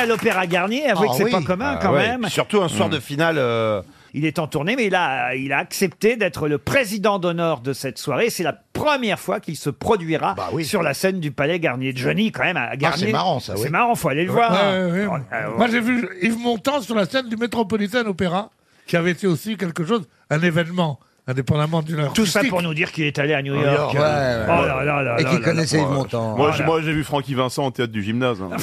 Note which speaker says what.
Speaker 1: à l'Opéra Garnier, avouez
Speaker 2: Ah
Speaker 1: que c'est
Speaker 2: oui.
Speaker 1: pas commun
Speaker 2: Ah
Speaker 1: quand
Speaker 2: ouais.
Speaker 1: même.
Speaker 2: Surtout un soir de euh,
Speaker 1: finale. Il est en tournée, mais il a, il a accepté d'être le président d'honneur de cette soirée. C'est la première fois qu'il se produira sur la scène du Palais Garnier. Johnny, quand même, à Garnier.
Speaker 3: Bah Ah, c'est marrant, ça, oui.
Speaker 1: C'est marrant, faut aller le
Speaker 3: Ouais,
Speaker 1: voir.
Speaker 3: ouais, ouais, ouais.
Speaker 1: Ah, ouais.
Speaker 3: Moi, j'ai vu Yves Montand sur la scène du Metropolitan Opera, qui avait été aussi quelque chose, un événement, indépendamment du leur.
Speaker 1: Tout ça pour nous dire qu'il est allé à New York.
Speaker 3: York, ouais, ouais,
Speaker 1: Oh
Speaker 3: ouais.
Speaker 1: là là là
Speaker 3: Et
Speaker 1: là
Speaker 3: qu'il
Speaker 1: là
Speaker 3: connaissait
Speaker 1: là.
Speaker 3: Yves Montand.
Speaker 4: Moi,
Speaker 1: Voilà.
Speaker 4: j'ai- moi, j'ai vu Francky Vincent en théâtre du gymnase. hein.